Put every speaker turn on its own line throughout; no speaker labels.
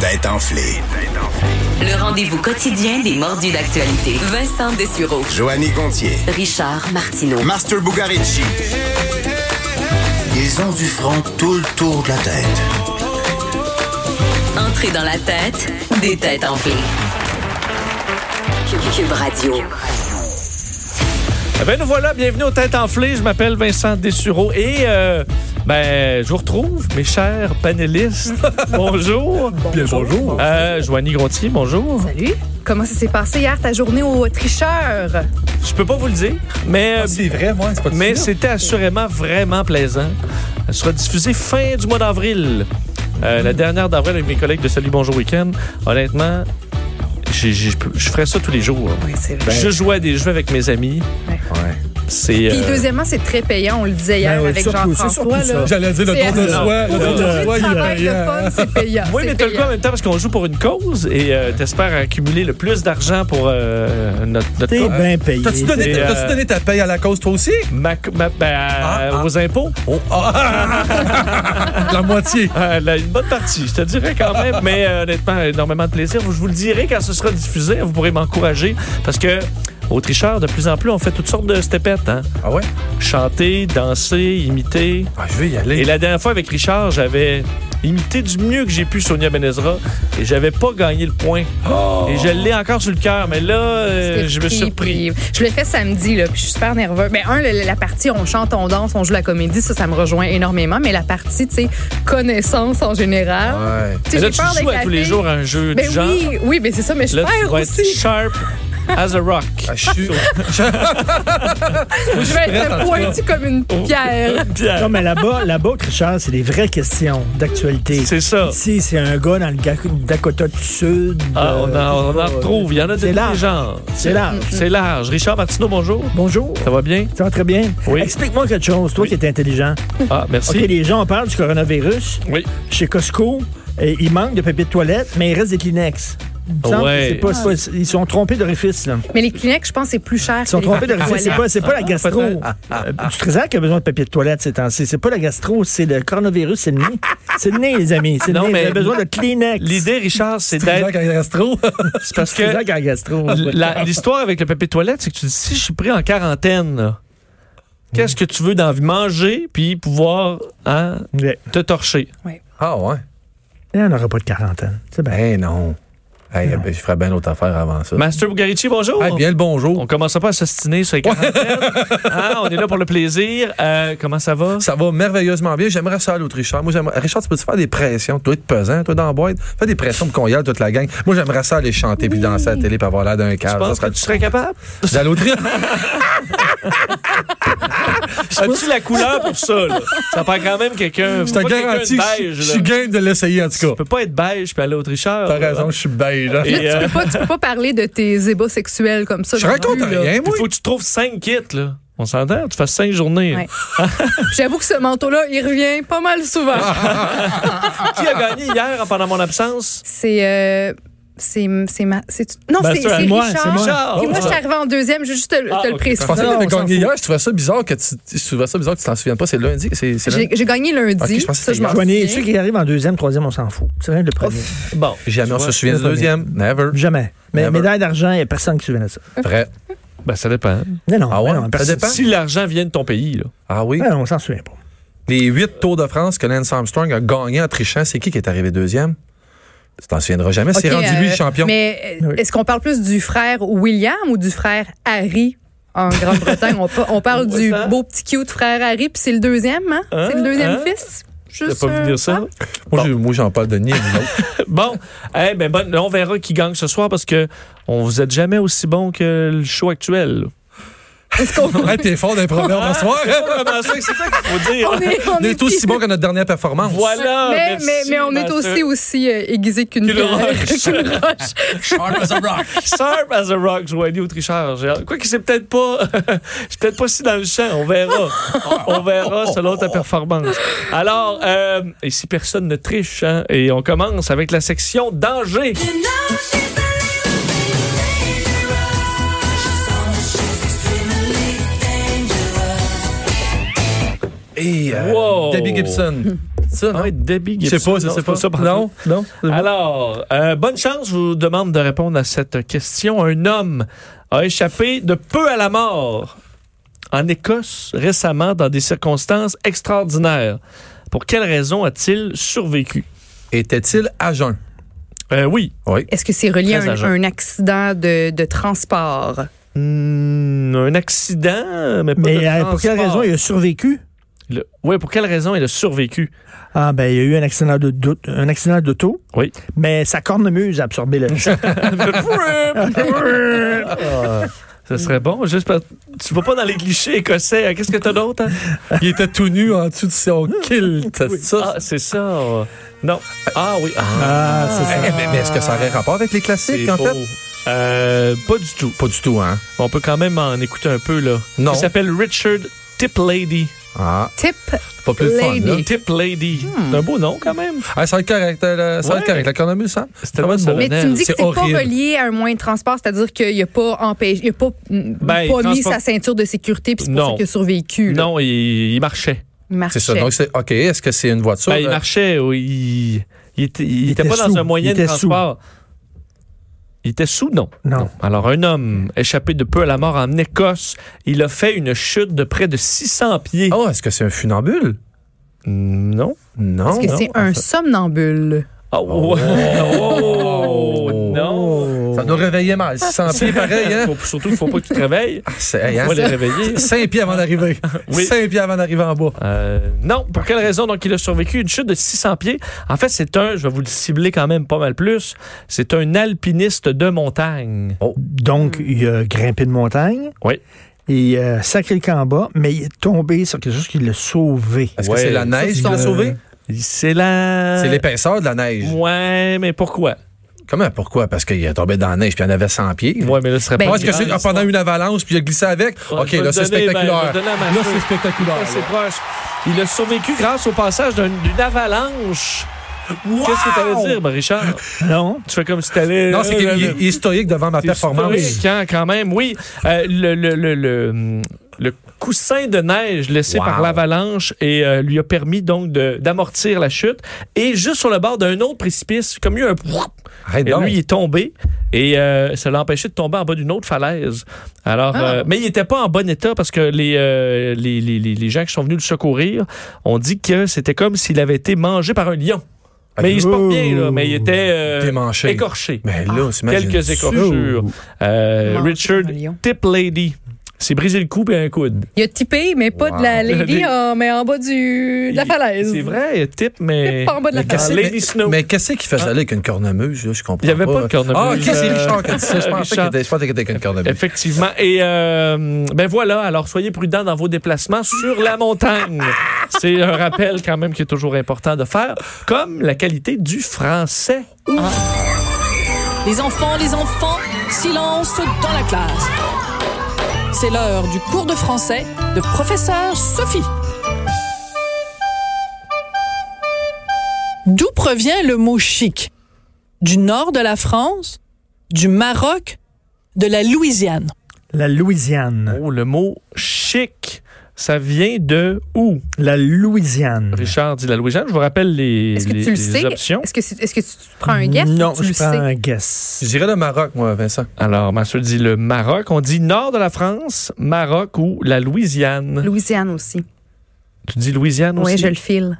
tête enflée.
Le rendez-vous quotidien des mordus d'actualité. Vincent Dessureau.
Joanny Gontier.
Richard Martineau.
Master Bugarici. Ils ont du front tout le tour de la tête.
Entrée dans la tête des têtes enflées. Cube- Cube Radio.
Eh ben nous voilà, bienvenue aux Têtes Enflées. Je m'appelle Vincent Dessureau et euh, ben je vous retrouve, mes chers panélistes. bonjour.
bonjour.
Euh, Joanie Grontier, bonjour.
Salut. Comment ça s'est passé hier, ta journée au tricheur?
Je peux pas vous le dire, mais euh,
Ah, C'est vrai, moi, c'est pas
mais c'était assurément vraiment plaisant. Elle sera diffusée fin du mois d'avril. Euh, la dernière d'avril avec mes collègues de Salut Bonjour Week-end. Honnêtement, j'ai- j'ai- je peux- je ferais ça tous les jours.
Oui, c'est
Ben.
vrai.
Je jouais à des jeux avec mes amis.
Ouais.
C'est
Puis
euh,
deuxièmement, c'est très payant, on le disait
Ben
hier avec Jean-François. là.
J'allais dire le
Euh, C'est
don de
assez-
soi.
Pour
Le don de
le
soi, il est
travail, le
payant.
fun, c'est payant.
Oui,
c'est
mais t'as le
payant.
coup en même temps parce qu'on joue pour une cause et euh, t'espères accumuler le plus d'argent pour euh, notre, notre
T'es
cause.
bien payé.
T'as-tu donné,
Et, euh,
t'as-tu donné ta paye à la cause, toi aussi?
Ma- ma- ben, euh,
ah.
Aux impôts.
Oh, ah! la moitié.
Euh, la- une bonne partie, je te dirais quand même. Mais euh, honnêtement, énormément de plaisir. Je vous le dirai quand ce sera diffusé. Vous pourrez m'encourager parce que aux tricheurs, de plus en plus, on fait toutes sortes de stepettes. Hein?
Ah ouais?
Chanter, danser, imiter.
Ah, je vais y
Et
aller.
la dernière fois avec Richard, j'avais imité du mieux que j'ai pu Sonia Benezra et j'avais pas gagné le point. Et je l'ai encore sur le cœur, mais là, euh,
C'était
je me suis surpris.
pris, pris. Je l'ai fait samedi, là, puis je suis super nerveux. Mais un, le- la partie on chante, on danse, on joue la comédie, ça, ça me rejoint énormément. Mais la partie, tu sais, connaissance en général.
Ouais.
Tu sais,
Mais là,
j'ai
tu
peur
joues
d'être
à
la
tous les
fille.
jours à un jeu
Ben
du genre.
oui, oui, mais c'est ça, mais je
Là, tu
perds
vas être
aussi.
sharp as a rock.
Ah, je suis-
Je vais être pointu comme une
Oh.
pierre.
Euh.
Non, mais là-bas, là-bas, au Richard, c'est des vraies questions d'actualité.
C'est ça.
Ici, c'est un gars dans le Ga- Dakota du Sud.
Ah, on,
euh,
en, on en retrouve. Il y en a de
C'est
tous les
large.
genres.
C'est large.
C'est large. Richard Martineau, bonjour.
Bonjour.
Ça va bien?
Ça va très bien.
Oui.
Explique-moi quelque chose, toi
Oui.
qui es intelligent.
Ah,
OK,
merci.
les gens parlent du coronavirus.
Oui.
Chez Costco, et il manque de papier de toilette, mais il reste des Kleenex. Il me semble que
Ouais.
c'est pas- c'est pas- ils sont trompés d'orifice, là.
Mais les Kleenex, je pense, c'est plus cher.
Ils sont
que les
trompés d'orifice.
toilettes.
C'est pas, c'est pas la gastro.
Ah, peut-être. ah.
Euh, Du trésor qui a besoin de papier de toilette ces temps-ci. C'est pas la gastro, c'est le coronavirus, c'est le nez. C'est le nez, les amis. C'est le
Non,
nez.
mais-
Vous avez besoin de Kleenex.
L'idée, Richard, c'est
C'est
d'être.
quand il reste trop.
C'est parce
C'est ça
que
qu'à la gastro.
la- l'histoire avec le papier de toilette, c'est que tu dis si je suis pris en quarantaine, là, qu'est-ce
Mm.
que tu veux dans la vie? Manger puis pouvoir hein,
Ouais.
te torcher.
Ah ouais?
Et on n'aura pas de quarantaine. C'est bien.
Ah,
Ben non. Hey, ben, je ferais bien d'autres affaires avant ça.
Master Bugarici, bonjour.
Euh. Hey, bien le bonjour.
On commence pas à s'astiner sur les quarantaines. Hein, on est là pour le plaisir. Euh, comment ça va?
Ça va merveilleusement bien. J'aimerais ça aller au Richard. Moi, j'aimerais... Richard, tu peux-tu faire des pressions? Toi, être pesant, toi, dans la boîte. Fais des pressions pour qu'on y aille toute la gang. Moi, j'aimerais ça aller chanter puis danser à la télé puis avoir l'air d'un
Je
cadre.
pense que tu serais capable?
D'aller au Richard.
As-tu la couleur pour ça? là? Ça prend quand même quelqu'un.
Je te garantis, que je- je suis game de l'essayer, en tout
Tu
cas.
peux pas être beige puis aller au tricheur.
T'as raison, je suis beige. hein.
Et, euh,
Tu peux pas- tu peux pas parler de tes ébats sexuels comme ça.
Je
non
raconte
plus, là.
rien, moi.
Il faut que tu trouves cinq kits, là. On s'entend? Tu fasses cinq journées.
Ouais. J'avoue que ce manteau-là, il revient pas mal souvent.
Ah.
Qui a gagné hier pendant mon absence?
C'est. euh, c'est c'est ma c'est non
Ben,
c'est
c'est
c'est
moi, c'est
Richard
moi.
Richard.
et moi je suis arrivée en deuxième je veux juste te, le-
Ah,
te le
ok.
préciser
Je pensais que
Non,
t'avais
on s'en
gagné
fout.
hier. Je trouvais ça bizarre que tu, je trouvais ça bizarre que tu t'en souviens pas. C'est lundi. C'est, c'est
j'ai
lundi.
j'ai gagné lundi
Ok, je pensais que
ça je m'en
c'était
Joignez, ceux
souviens
qui arrivent en deuxième, troisième, on s'en fout. C'est rien le premier.
Bon.
Jamais on se souvient du
c'est
deuxième. Never.
Jamais. Mais
Never.
médaille d'argent, il n'y a personne qui se souvient de ça.
Vrai.
Ben, ça dépend.
Non, non.
Ah ouais?
non,
Ça
personne-
dépend?
Si l'argent vient de ton pays, là.
Ah oui.
Ah non, on s'en souvient pas.
Les huit Tours de France que Lance Armstrong a gagné en trichant, c'est qui qui est arrivé deuxième? Tu t'en souviendras jamais. C'est
Ok,
rendu lui
euh,
le champion.
mais euh,
Oui.
est-ce qu'on parle plus du frère William ou du frère Harry en Grande-Bretagne on, pa- on parle
Ouais,
du
ça.
beau petit cute frère Harry puis c'est le deuxième hein,
Hein,
c'est le deuxième
hein?
fils
T'as
juste
pas vu
euh,
dire ça?
Moi, j'ai- moi, j'en parle de ni un ni l'autre.
Bon. Eh ben, bon, on verra qui gagne ce soir parce que on vous êtes jamais aussi bon que le show actuel. là.
Hey, T'es fort d'un proverbe en soir. hein?
Comment ça que c'est ça qu'il faut dire?
on est,
On est aussi bon que notre dernière performance.
Voilà.
Oh, mais,
merci,
mais, mais on est
Master.
aussi aussi euh, aiguisé qu'une
Qu'une roche.
qu'une roche.
Sharp as a rock, Joanie au tricheur. J'ai hâte. Quoi que c'est peut-être pas, c'est peut-être pas si dans le champ. On verra. On verra selon ta performance. Alors, euh, et si personne ne triche, hein, et on commence avec la section danger.
Et euh,
Wow.
Debbie euh, Gibson. ça, non?
Ah oui, Debbie
Je
Gibson.
sais pas, je
Non,
sais
c'est
pas.
ça, pardon.
non, non. c'est bon.
Alors, euh, bonne chance, je vous demande de répondre à cette question. Un homme a échappé de peu à la mort en Écosse récemment dans des circonstances extraordinaires. Pour quelle raison a-t-il survécu?
Était-il à jeun?
Euh, oui.
Oui.
Est-ce que c'est relié à
Très
un,
agent.
un accident de, de transport?
Hmm, un accident, mais pas de
Mais euh, pour quelle
transport.
raison il a survécu?
Il a- Oui, pour quelle raison il a survécu?
Ah, ben, il y a eu un accident de doute- un accident d'auto,
Oui.
mais sa cornemuse a absorbé le choc.
Ce
Hmm.
serait bon, juste parce tu vas pas dans les clichés écossais. hein. Qu'est-ce que t'as d'autre? hein?
Il était tout nu en dessous de son kilt.
Ah, c'est ça. euh, Non. Ah oui. Ah.
Ah, c'est ça.
Eh, mais, mais est-ce que ça aurait rapport avec les classiques,
C'est
en
faux.
fait?
Euh, pas du tout.
Pas du tout, hein?
On peut quand même en écouter un peu, là.
Non.
Il s'appelle Richard Tip Lady.
Ah,
Tip,
pas plus le fun, là.
Lady.
Tip Lady. C'est un beau nom, quand même.
Ah, ça va être correct, euh, le- ça va être
Ouais.
correct. La cornemuse, ça?
C'était
Ça va être
tellement
bon.
mais tu me dis que
c'est
c'est pas
horrible.
relié à un moyen de transport, c'est-à-dire qu'il n'a pas empêché, il a pas, mm,
Ben,
pas mis
transport-
sa ceinture de sécurité puis c'est pour
Non.
ça qu'il a survécu. là.
Non, il, il marchait.
Il marchait.
C'est ça. Donc, c'est OK. Est-ce que c'est une voiture?
Ben, il
euh,
marchait. ou Il, il était, il
Il
était
était
pas
sous.
dans un moyen
Il
de
était sous.
transport. Il était sous, non.
Non.
Alors, un homme échappé de peu à la mort en Écosse, il a fait une chute de près de 600 pieds.
Oh, est-ce que c'est un funambule?
Non.
Non.
Est-ce que c'est un somnambule?
Ah,
Oh, oh, non.
Ça doit réveiller mal. 600 pieds, pareil, hein?
Faut- surtout, il faut pas qu'il travaille.
C'est, hey, hein?
Faut les réveiller.
5 pieds avant d'arriver.
Oui.
5 pieds avant d'arriver en bas.
Euh, non, pour quelle raison donc il a survécu une chute de 600 pieds En fait, c'est un, je vais vous le cibler quand même pas mal plus, c'est un alpiniste de montagne.
Oh.
Donc, il a grimpé de montagne.
Oh. Oui.
Il a sacré le camp en bas, mais il est tombé sur quelque chose qui l'a sauvé.
Est-ce
Ouais.
que c'est la
Ça,
neige
c'est
qui l'a
le-
sauvé?
C'est la
C'est l'épaisseur de la neige.
Ouais, mais pourquoi
Comment? Pourquoi? Parce qu'il est tombé dans la neige puis il en avait 100 pieds.
Ouais, mais là ce serait
Ben,
pas
Parce que c'est ah, pendant une avalanche puis il a glissé avec.
Ouais,
OK,
je vais
là,
le
c'est
donner, ben,
spectaculaire.
je vais le donner à ma
Là,
fille.
c'est spectaculaire.
Ah,
là.
c'est proche. Il a survécu grâce au passage d'un- d'une avalanche. Qu'est-ce que t'allais dire, ben, Richard
Non?
Tu fais comme si t'allais
Non, c'est qu'il il est historique devant ma
Euh, C'est
performance.
historique, hein, quand même, oui. Euh, le, le, le, le- le coussin de neige laissé
Wow.
par l'avalanche et euh, lui a permis donc de- d'amortir la chute. Et juste sur le bord d'un autre précipice, comme il y a eu un...
Arrête
Et
Eh donc.
lui, il est tombé et euh, ça l'a empêché de tomber en bas d'une autre falaise. Alors,
Ah.
euh, mais il n'était pas en bon état parce que les, euh, les, les- les- les gens qui sont venus le secourir ont dit que c'était comme s'il avait été mangé par un lion.
Ah,
Mais il se porte bien, là.
ouh,
Mais il était euh,
démanché.
écorché.
Mais là, c'est
Quelques écorchures. Euh,
Mangé
Richard
par un lion.
Tip Lady. C'est brisé le cou et un coude.
Il a tipé, mais pas de la
Wow.
lady, hein, mais en bas du, de la
Il-
falaise.
C'est vrai, il tip, mais.
Pas en bas de la
Dans
falaise.
Lady Snow.
Mais qu'est-ce qu'il faisait là avec une cornemuse? là? Je comprends
Ah. Il y avait pas de cornemuse.
Ah, ok, c'est
Euh,
Richard qui a dit ça. Je pensais qu'il
Richard.
était- je pensais qu'il était avec une cornemuse.
Effectivement. Et euh, ben voilà, alors soyez prudents dans vos déplacements sur la montagne. C'est un rappel quand même qui est toujours important de faire, comme la qualité du français.
Les enfants, les enfants, silence dans la classe. C'est l'heure du cours de français de professeur Sophie. D'où provient le mot chic Du nord de la France Du Maroc De la Louisiane
La Louisiane.
Oh, le mot chic, ça vient de où?
La Louisiane.
Richard dit la Louisiane. Je vous rappelle les,
Est-ce que
les-
tu le
les
sais?
options.
Est-ce que, c'est- est-ce que tu tu prends un guess?
Non,
ou tu
je
le
prends
sais?
un
Je
guess.
dirais le Maroc, moi, Vincent.
Alors, ma soeur dit le Maroc. On dit nord de la France, Maroc ou la Louisiane.
Louisiane aussi.
tu dis Louisiane
Oui,
aussi?
je le Ah, file.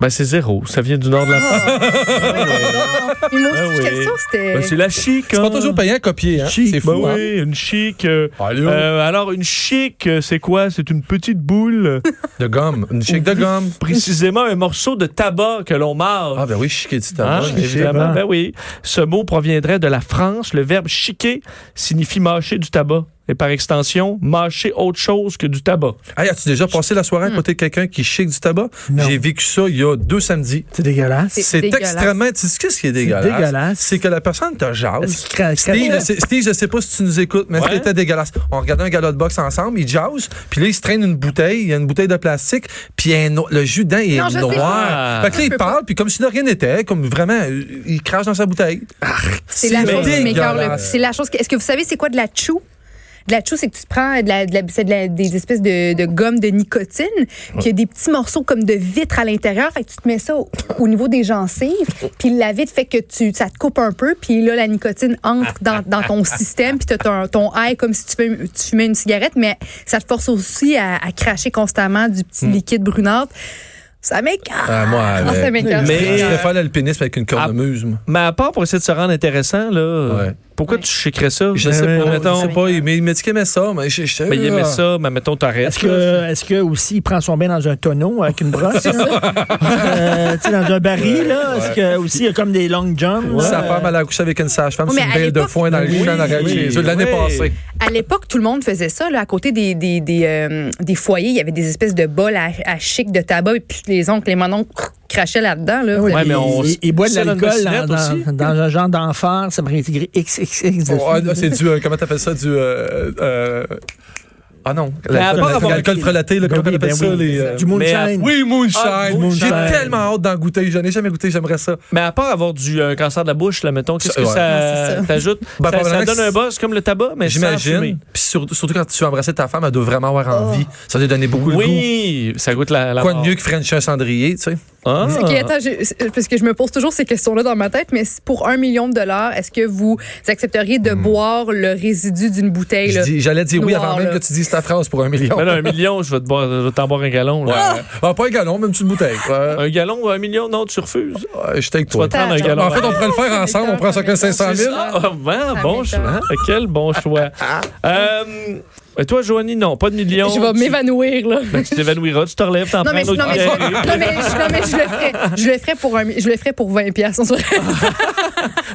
Ben, c'est zéro. Ça vient du nord de la France.
Mais moi aussi,
Ah oui.
j'étais sûre que c'était.
Ben, c'est la chic.
C'est
hein.
pas toujours payant à copier, hein?
Chic,
C'est
ben
fou, hein?
oui, une chic. euh,
Allô?
Euh, alors, une chic, euh, c'est quoi? C'est une petite boule,
hein. De gomme. Une chic de gomme.
précisément un morceau de tabac que l'on
Ah,
marre.
ben oui, chic et du
Hein,
tabac.
évidemment, ben oui. Ce mot proviendrait de la France. Le verbe chiquer signifie mâcher du tabac. Et par extension, mâcher autre chose que du tabac.
Hey, as-tu déjà passé la soirée à côté de quelqu'un qui chic du tabac?
Non.
J'ai vécu ça il y a deux samedis.
C'est dégueulasse.
C'est
C'est
dégueulasse.
extrêmement. Tu sais ce qui est dégueulasse?
dégueulasse.
C'est que la personne te jase.
C'est cra-
Steve, je
cra-
sais- Steve, je sais pas si tu nous écoutes, mais
Ouais.
c'était dégueulasse. On regardait un galop de boxe ensemble, ils jase, puis là, ils se traînent une bouteille, il y a une bouteille de plastique, puis un no- le jus dedans il est
Non, je sais.
Ah.
noir. Fait que là,
Je
il
peux
parle, puis comme si de rien n'était, comme vraiment, euh, il crache dans sa bouteille.
C'est la
C'est
chose qui m'écoeure le
dégueulasse.
C'est la chose. que- Est-ce que vous savez c'est quoi de la chou? de la chou, c'est que tu prends de la, de la- c'est de la- des espèces de, de gomme de nicotine, puis il y a des petits morceaux comme de vitre à l'intérieur. Fait que tu te mets ça au, au niveau des gencives, puis la vitre fait que tu, ça te coupe un peu, puis là, la nicotine entre dans, dans ton système, puis tu ton, ton high comme si tu fumais, tu fumais une cigarette, mais ça te force aussi à, à cracher constamment du petit liquide brunâtre. Ça m'écarte.
Ah, moi,
Ah, ça
avec.
m'écarte.
Mais- euh,
Je préfère l'alpinisme avec une cornemuse, moi.
Mais à part pour essayer de se rendre intéressant, là,
Ouais.
pourquoi tu chiquerais ça?
Je sais
Mais
Ah, pas,
mettons,
je sais pas, il m'a- il m'a dit qu'il aimait ça, mais je, je-
ben, il aimait ça, mais mettons, t'arrêtes.
Est-ce que, est-ce que aussi il prend son bain dans un tonneau avec une brosse? Euh, tu sais, dans un baril, là? Est-ce que aussi il y a comme des long jumps? là?
Sa femme, elle a accouché avec une sage-femme
Oui,
sur
mais
une
à
belle de
l'époque-
foin dans le
Oui,
champ en arrière de
oui,
chez eux l'année
oui.
passée.
À l'époque, tout le monde faisait ça. Là, à côté des, des, des, euh, des foyers, il y avait des espèces de bols à, à chic de tabac et puis les oncles, les manons crrr, crachaient là-dedans. Là.
Oui,
Ouais,
puis
mais on-
il, il boit de
ça, dans une
l'alcool dans,
bassinette aussi.
dans- dans un genre d'enfer, ça me réintégrer XXX. dessus.
Oh, ah, non, c'est du, euh, comment t'appelles ça, du... euh, euh, ah non,
à part
l'alcool
avoir-
l'alcool frelaté, là,
Ben
comment
oui,
t'appelles
ben
ça?
oui.
les, euh,
Du
mais à-
moonshine.
Oui, moonshine.
Ah,
J'ai
moonshine.
tellement hâte d'en goûter. Je n'ai jamais goûté, j'aimerais ça.
Mais à part avoir du euh, cancer de la bouche, là, mettons, qu'est-ce que
Ouais.
Ouais, c'est
ça
ça.
t'ajoute?
Ben,
ça, ça
probablement
donne
que
un
c'est-
buzz comme le tabac, mais sans fumer.
J'imagine. Puis sur- surtout quand tu embrassais ta femme, elle doit vraiment avoir
Oh.
envie. Ça doit donner beaucoup le
Oui, ça goûte la, la
goût. Quoi
mort.
de mieux que French un cendrier, tu sais?
Ah.
C'est que, attends, je- c'est- parce que je me pose toujours ces questions-là dans ma tête, mais si pour un million de dollars, est-ce que vous accepteriez
Hmm.
de boire le résidu d'une bouteille?
Je
là?
dis- J'allais dire oui
Noir,
avant même
là.
que tu dises ta phrase pour un million.
Ben là, un million, je vais te boire- je vais t'en boire un galon.
Ouais.
là.
Ah, pas un galon, même une petite bouteille. Ouais.
Un galon ou un million, non, tu refuses.
Ouais, je t'ai avec
Tu vas
toi.
te prendre un
Attends.
galon.
En fait, on pourrait le faire
ça
ensemble. On prend ça que
m'étonne,
500 000.
ça.
Ah, ben,
Ça
bon choix.
m'étonne.
Quel bon choix. Euh, et toi, Joanie, non, pas de million.
Je vais
Tu-
m'évanouir, là.
Ben, tu t'évanouiras, tu te relèves, t'en
Non
prends
mais,
un
je-
autre
non, mais je,
billet.
non, mais je- non, mais je le ferais. Je le ferais pour, un, je le ferais pour 20 piastres.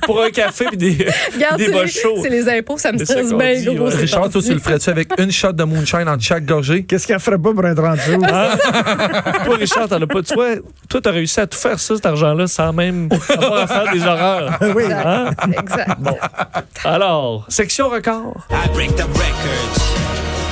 Pour un café puis des,
Regarde,
Ah, des
c'est
bas
les,
chauds.
c'est les impôts, ça me
C'est ça
stresse
qu'on
bien
dit,
gros.
ouais.
c'est
Richard, toi,
parti.
tu le ferais-tu avec une shot de moonshine entre chaque gorgée?
Qu'est-ce qu'elle ferait pas pour Ah, un 30 jours?
Toi, Richard, t'en as pas. Toi, toi, t'as réussi à tout faire ça, cet argent-là, sans même avoir à faire des horreurs.
oui. Ah,
Hein?
Exact.
Alors, section record.
I break the records,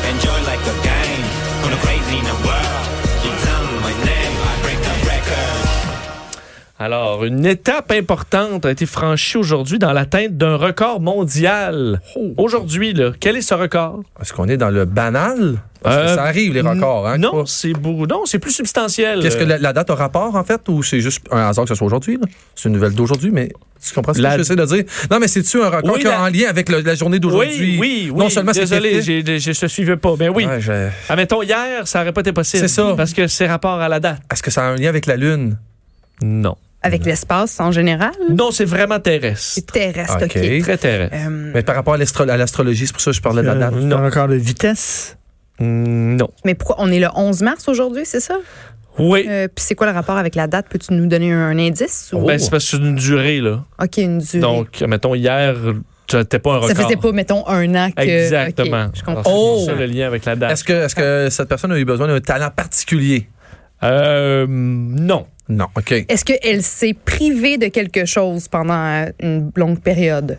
enjoy like a game. Going crazy in the world, you tell my name. I break the records.
Alors, une étape importante a été franchie aujourd'hui dans l'atteinte d'un record mondial.
Oh.
Aujourd'hui, là, quel est ce record?
Est-ce qu'on est dans le banal? Parce que
Euh,
ça arrive, les records. Hein,
non,
quoi.
c'est beau. Non, c'est plus substantiel.
Qu'est-ce que la, la date a rapport, en fait, ou c'est juste un hasard que ce soit aujourd'hui? là? C'est une nouvelle d'aujourd'hui, mais tu comprends ce que
La-
j'essaie de dire? Non, mais c'est-tu un record
Oui,
qui est
la-
en lien avec le- la journée
Oui,
d'aujourd'hui?
oui, oui.
Non seulement c'est
Désolé, j'ai- j'ai- je ne suivais pas. Mais oui. Admettons, hier, ça n'aurait pas été possible.
C'est ça.
Parce que c'est rapport à la date.
Est-ce que ça a un lien avec la Lune?
Non.
Avec l'espace en général,
Non, c'est vraiment terrestre.
c'est terrestre. OK.
OK.
Très terrestre.
Euh,
Mais par rapport à l'astro- à l'astrologie, c'est pour ça que je parlais de la
Euh,
date.
Non. Encore de vitesse.
Mm, Non.
mais pourquoi on est le 11 mars aujourd'hui, c'est ça?
Oui.
Euh, Puis c'est quoi le rapport avec la date? Peux-tu nous donner un, un indice? ou-
Ben, c'est parce que c'est une durée, là.
OK, oh. une durée.
Donc, mettons, hier, t'étais pas un record.
ça faisait pas, mettons, un an que.
Exactement.
OK, je comprends.
Alors, c'est
Oh!
ça le lien avec la date.
Est-ce que, est-ce que cette personne a eu besoin d'un talent particulier?
Euh, non.
Non, OK.
Est-ce qu'elle s'est privée de quelque chose pendant euh, une longue période?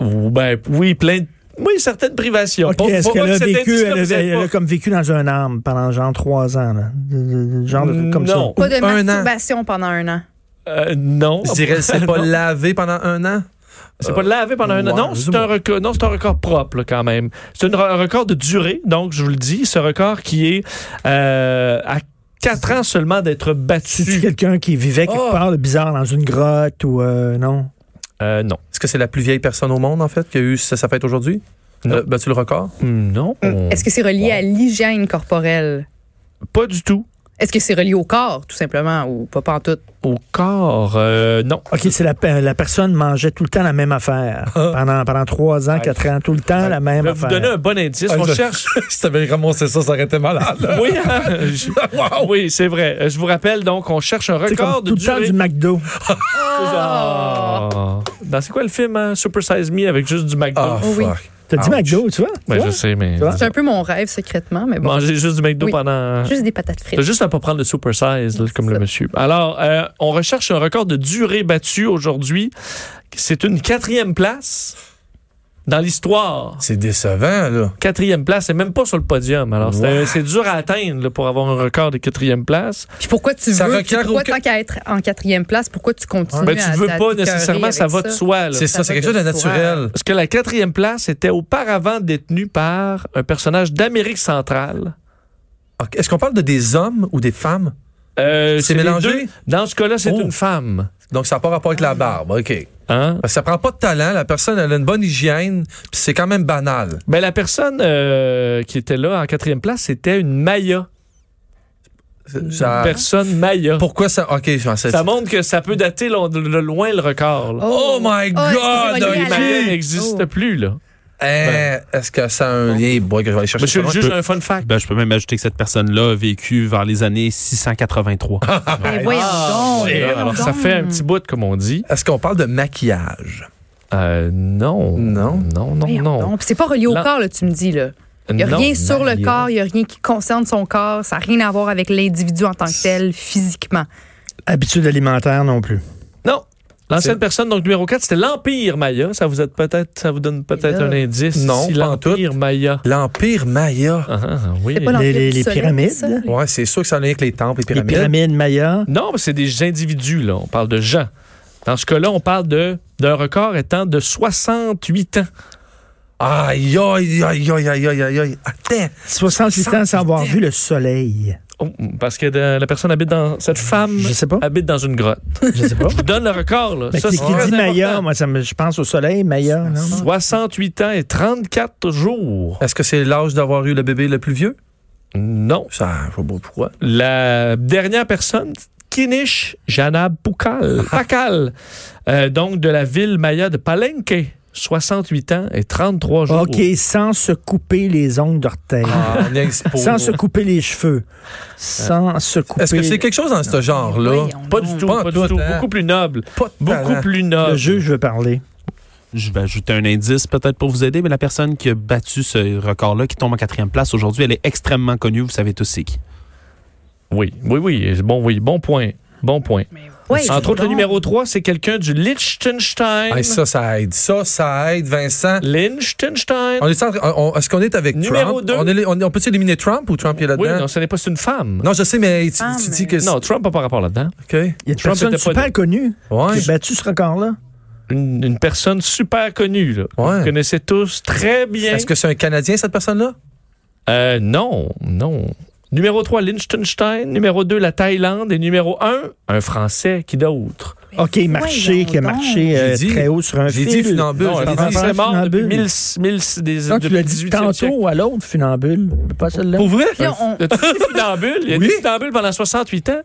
Ou Ben, oui, plein de... Oui, certaines privations.
OK,
Pas-
est-ce
pas-
qu'elle
pas que
a
cet
vécu,
indice-là
elle
vous
a,
aide
elle a
pas.
comme vécu dans un arbre pendant genre trois ans, là. De- de- de- Genre de- comme
Non.
Pas de
un an.
masturbation pendant un an.
Euh, non.
Je dirais, c'est pas lavé pendant un an?
C'est pas lavé pendant un an.
Ouais,
Non, c'est
dis-moi.
un record. Non, c'est un record propre là, quand même. C'est une- un record de durée. Donc, je vous le dis, ce record qui est euh, à 4 ans seulement d'être
ça. C'est-tu
battu.
quelqu'un qui vivait quelque
Ah!
Oh.
part de bizarre dans une grotte ou euh, non?
Euh, non.
Est-ce que c'est la plus vieille personne au monde, en fait, qui a eu sa, sa fête aujourd'hui?
Non.
Euh, Battu le record?
Non.
Euh, Est-ce que c'est relié à l'hygiène corporelle?
Pas du tout.
Est-ce que c'est relié au corps, tout simplement, ou pas pantoute?
Au corps, euh, non.
OK, c'est la, pe- la personne mangeait tout le temps la même affaire. Pendant, pendant trois ans, quatre ans, tout le temps la même
Je vais Ah! vous
affaire.
donner un bon indice. On
Ah, je-
cherche.
si t'avais ramassé ça, ça aurait été malade.
Oui, hein? Je- oui c'est vrai. Euh, Je vous rappelle donc, on cherche un
C'est
record
comme
de
tout le temps
durée.
du McDo.
Ah. Dans c'est quoi le film hein? Super Size Me avec juste du McDo?
Ah,
Oh Oui.
fuck.
T'as dit
Ouch.
McDo, tu vois?
Ben,
Tu vois?
je sais, mais
Tu vois?
C'est un peu mon rêve secrètement, mais bon.
manger juste du McDo
Oui.
pendant.
Juste des patates
T'as
frites.
juste à pas prendre le super size, là, comme le
ça.
monsieur. Alors, euh, on recherche un record de durée battue aujourd'hui. C'est une quatrième place. dans l'histoire.
C'est décevant, là.
Quatrième place, c'est même pas sur le podium. Alors, c'est-
Wow.
c'est dur à atteindre là, pour avoir un record de quatrième place.
Puis pourquoi tu
Ça
veux,
requiert
pourquoi
aucun-
tant qu'à être en quatrième place, pourquoi tu continues
Mais Ben, tu
à-
veux pas
à t'écœurer
nécessairement,
avec
ça va de soi. là.
C'est ça,
Ça
c'est
va
quelque chose de
de soi.
naturel.
Parce que la quatrième place était auparavant détenue par un personnage d'Amérique centrale.
Ok, Est-ce qu'on parle de des hommes ou des femmes?
Euh,
C'est
les
mélangé?
deux. Dans ce cas-là, c'est
Oh.
une femme.
Donc, ça n'a pas rapport avec la barbe, OK.
Hein?
Parce que ça prend pas de talent, la personne, elle a une bonne hygiène, puis c'est quand même banal.
Ben, la personne euh, qui était là en quatrième place, c'était une Maya.
Ça-
Personne Maya.
pourquoi ça... OK, je pensais...
Ça montre que ça peut dater lo- de de loin le record. là.
Oh my
Oh, est-ce
God,
que c'est relié
OK.
à la-
Maya n'existe
Oh.
plus, là.
Hein, Est-ce que ça a un lien? Boy, que je vais aller chercher
Monsieur
ça
le
loin.
juge, un fun fact.
Ben, je peux même ajouter que cette personne-là a vécu vers les années 683.
Ah.
Ben voyons
Ah,
donc, Ben,
Ouais,
voyons
alors, ça
donc.
fait un petit bout, comme on dit.
Est-ce qu'on parle de maquillage?
Euh, non.
Non.
Non, non,
Voyons
non.
donc. Puis c'est pas relié au
Là-
corps, là, tu me dis, là. Il n'y a
Non.
rien sur le
Maya.
corps, il n'y a rien qui concerne son corps. Ça n'a rien à voir avec l'individu en tant que tel, physiquement.
Habitude alimentaire non plus.
Non.
C'est-
L'ancienne personne, donc numéro 4, c'était l'Empire Maya. Ça vous, êtes peut-être, ça vous donne peut-être
Là.
un indice.
Non,
si
pas en tout.
l'Empire Maya.
L'Empire Maya.
Ah, ah, oui.
C'est pas l'Empire
Les, les-
du
les
Soleil,
pyramides,
ça?
là.
Ouais, c'est sûr que ça a un lien avec les temples, les
les
pyramides.
pyramides mayas.
Non, mais c'est des individus, là. On parle de gens. Dans ce cas-là, on parle de d'un record étant de 68 ans.
Aïe, aïe, aïe, aïe, aïe, aïe, aïe, aïe. Attends.
68 ans sans avoir vu le soleil.
Oh, parce que euh, la personne habite dans. Cette femme
Je sais pas.
habite dans une grotte.
Je sais pas.
Ah, Je vous donne le record, là.
Mais
Ça,
qui,
c'est
qui
très
dit Maya,
important.
moi, ça me- je pense au soleil, Maya. non?
68 ans et 34 jours.
Est-ce que c'est l'âge d'avoir eu le bébé le plus vieux?
Non.
Ça, je sais pas pourquoi.
La dernière personne, Kinish Janab Poukal, Pakal, euh, donc de la ville maya de Palenque, 68 ans et 33 jours.
OK, sans se couper les ongles d'orteil.
Ah, on expo.
Sans se couper les cheveux. Sans se couper.
Euh, Est-ce que c'est quelque chose dans ce genre-là?
Voyons
Pas du
donc.
tout,
Pas
pas,
en
du
tout,
tout.
hein.
Beaucoup plus noble.
Pas de
Beaucoup
talent.
plus
Le
noble.
juge veut parler.
Je vais ajouter un indice peut-être pour vous aider, mais la personne qui a battu ce record-là, qui tombe en quatrième place aujourd'hui, elle est extrêmement connue, vous savez tous c'est qui.
Oui, oui, oui. Bon, oui, bon point. Bon point.
Ouais,
Entre autres, le
donc.
numéro 3, c'est quelqu'un du Liechtenstein.
Hey, Ah, ça, ça aide. Ça, ça aide, Vincent.
Liechtenstein.
On est sans- on- on- Est-ce qu'on est avec
Numéro
Trump?
deux.
On, est- on- on peut-tu éliminer Trump ou Trump est
Oui,
là-dedans?
non, ce n'est pas c'est une femme.
non, je sais, mais tu,
Ah,
tu
mais-
dis que... c'est-
Non, Trump n'a pas rapport là-dedans.
OK.
Il y a une
Trump
personne
était pas
super connue
Ouais.
qui a battu ce record-là.
Une, une personne super connue. Là.
Ouais.
Vous connaissez tous très bien.
Est-ce que c'est un Canadien, cette personne-là?
Euh, non, non. Numéro 3, Liechtenstein. Numéro 2, la Thaïlande. Et numéro 1, un Français. Qui d'autre?
OK, marché,
voyons
qui a
donc.
marché euh,
J'ai dit-
très haut sur un
j'ai
fil.
dit funambule,
Non,
j'ai
un
dit-
Français
Français
mort depuis
funambule.
1000, 1000, des,
Non, tu
depuis
l'as
le
dit
18e siècle.
tantôt à l'autre funambule, mais pas celle-là.
Pour vrai?
Puis là, on-
As-tu dit funambule? Il a
Oui.
dit funambule pendant 68 ans.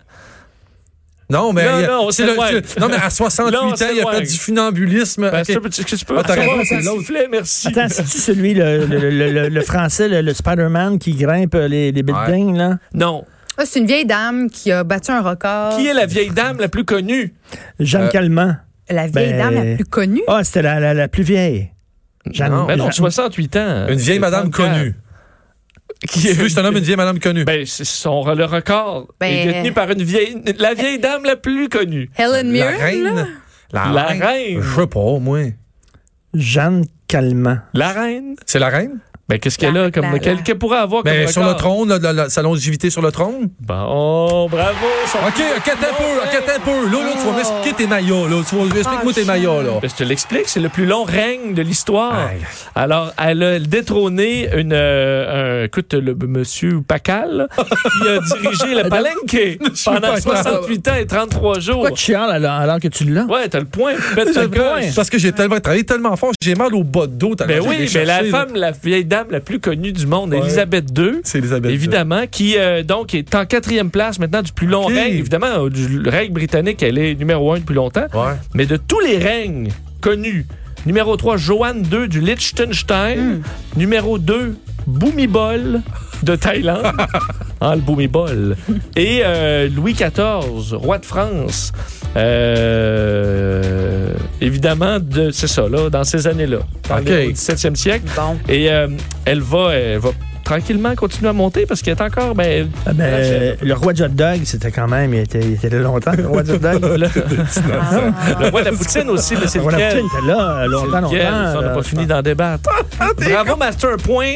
Non, mais,
Non,
il y a-
non, on
c'est le-
s'éloigne.
c'est- non, mais à 68
Là, on
ans, il a fait
s'éloigne.
du funambulisme.
Ben,
OK.
ça, Est-ce que tu peux
Ah, t'as
recevoir
raison, c'est
un
l'autre.
sifflet? Merci.
Attends, c'est-tu celui, le, le- le- le- le français, le, le Spider-Man qui grimpe euh, les, les buildings, là?
Non.
Ah, c'est une vieille dame qui a battu un record.
Qui est la vieille dame la plus connue?
Jeanne
Euh.
Calment.
La vieille
Ben-
dame la plus connue.
Ah, c'était la, la, la plus vieille. Jeanne.
Ben non,
Jeanne-
68 ans.
Une vieille
C'est
madame
34.
connue.
Qui
Tu veux, je te nomme une vieille madame connue.
Ben, c'est son, le record est
Ben-
détenu par une vieille, la vieille dame la plus connue.
Helen
la
Mirren. là.
reine.
La reine.
Je sais pas, moi.
Jeanne Calment.
La reine.
C'est la reine?
Ben, qu'est-ce qu'elle a
La-
comme.
la-
Quel,
la-
qu'elle pourrait avoir comme.
Ben,
record?
sur le trône, là, la, la- sa longévité sur le trône.
Bon, bravo. Son...
OK, OK, attends un peu, OK, attends un peu. Là, là, tu vas m'expliquer tes maillots, là. Tu vas- Explique-moi tes maillots, là.
Ben, je te l'explique, c'est le plus long règne de l'histoire.
Aïe.
Alors, elle a détrôné une, euh, un- écoute, le monsieur Pacal, qui a dirigé le Palenque pendant
Pacal.
68 ans et 33 jours.
Pourquoi tu chiales alors, alors que tu l'as?
Ouais, t'as le point. Pète ta
le point.
coche.
Parce que j'ai tellement travaillé tellement fort, j'ai mal au bas de dos. t'as
Ben
l'air, j'ai
oui,
les
mais la
chercher, là.
femme, la vieille dame la plus connue du monde,
Ouais.
Elisabeth II.
C'est Elisabeth.
Évidemment, qui euh, donc est en quatrième place maintenant du plus long
Ok.
règne. Évidemment, euh, du règne britannique, elle est numéro un depuis longtemps.
II. Ouais.
Mais de tous les règnes connus, numéro 3, Joanne II du Liechtenstein. Numéro 2, Bhumibol de Thaïlande. ah, le Bhumibol. Et euh, Louis XIV, roi de France. Euh, évidemment, de- c'est ça, là, dans ces années-là, dans
Ok.
le 17e siècle.
Bon.
Et euh, elle va, elle va tranquillement continuer à monter parce qu'il est encore. Ben,
Ah, ben, euh, le roi du hot dog, c'était quand même, il était, il était là longtemps, le roi du hot dog.
le, le roi de la poutine aussi, mais c'est
Le roi de la
lequel?
poutine était là euh, longtemps,
C'est
longtemps.
lequel? Ça, on n'a
euh,
pas fini d'en débattre. Bravo, Master. Un point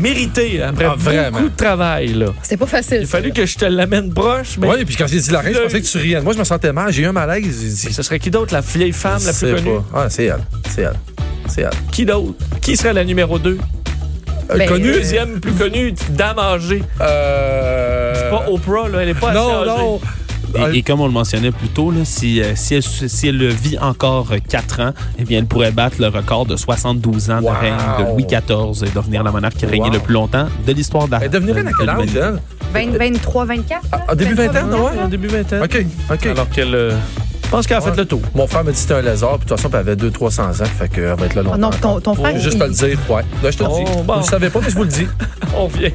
mérité après
Ah, vraiment.
beaucoup de travail. Là.
C'était pas
Il a
facile.
fallu que je te l'amène proche, mais
Oui, puis quand j'ai dit la reine, je pensais que tu riais. Moi, je me sentais mal. J'ai eu un malaise. J'ai
mais
dit,
ce serait qui d'autre, la vieille femme
je
la plus
sais
connue?
pas. Ah, c'est elle. C'est elle. C'est elle.
Qui d'autre? Qui serait la numéro 2?
Euh,
Ben,
connue?
Deuxième plus connue, dame âgée.
Euh...
C'est pas Oprah, là, elle est pas assez
Non,
âgée.
non. Ah,
Et, et comme on le mentionnait plus tôt, là, si, euh, si, elle, si elle vit encore 4 ans, eh bien, elle pourrait battre le record de 72 ans de
Wow.
règne de Louis XIV et devenir la monarque qui régnait
Wow.
le plus longtemps de l'histoire de la
Elle devenait à
de
quel âge, hein?
l'humanité.
elle?
20, 23, 24?
Ah, début vingtaine, ouais.
Au début vingtaine.
OK, OK.
Alors qu'elle. euh, je pense qu'elle a fait le tour.
Mon frère m'a dit que c'était un lézard, puis de toute façon, elle avait 200-300 ans, fait qu'elle va être là
Oh
longtemps.
non, ton, ton frère.
Juste
il-
à le dire, ouais. Là, je te le
Oh,
dis.
bon.
Vous le savez pas, mais je vous le dis.
On vient.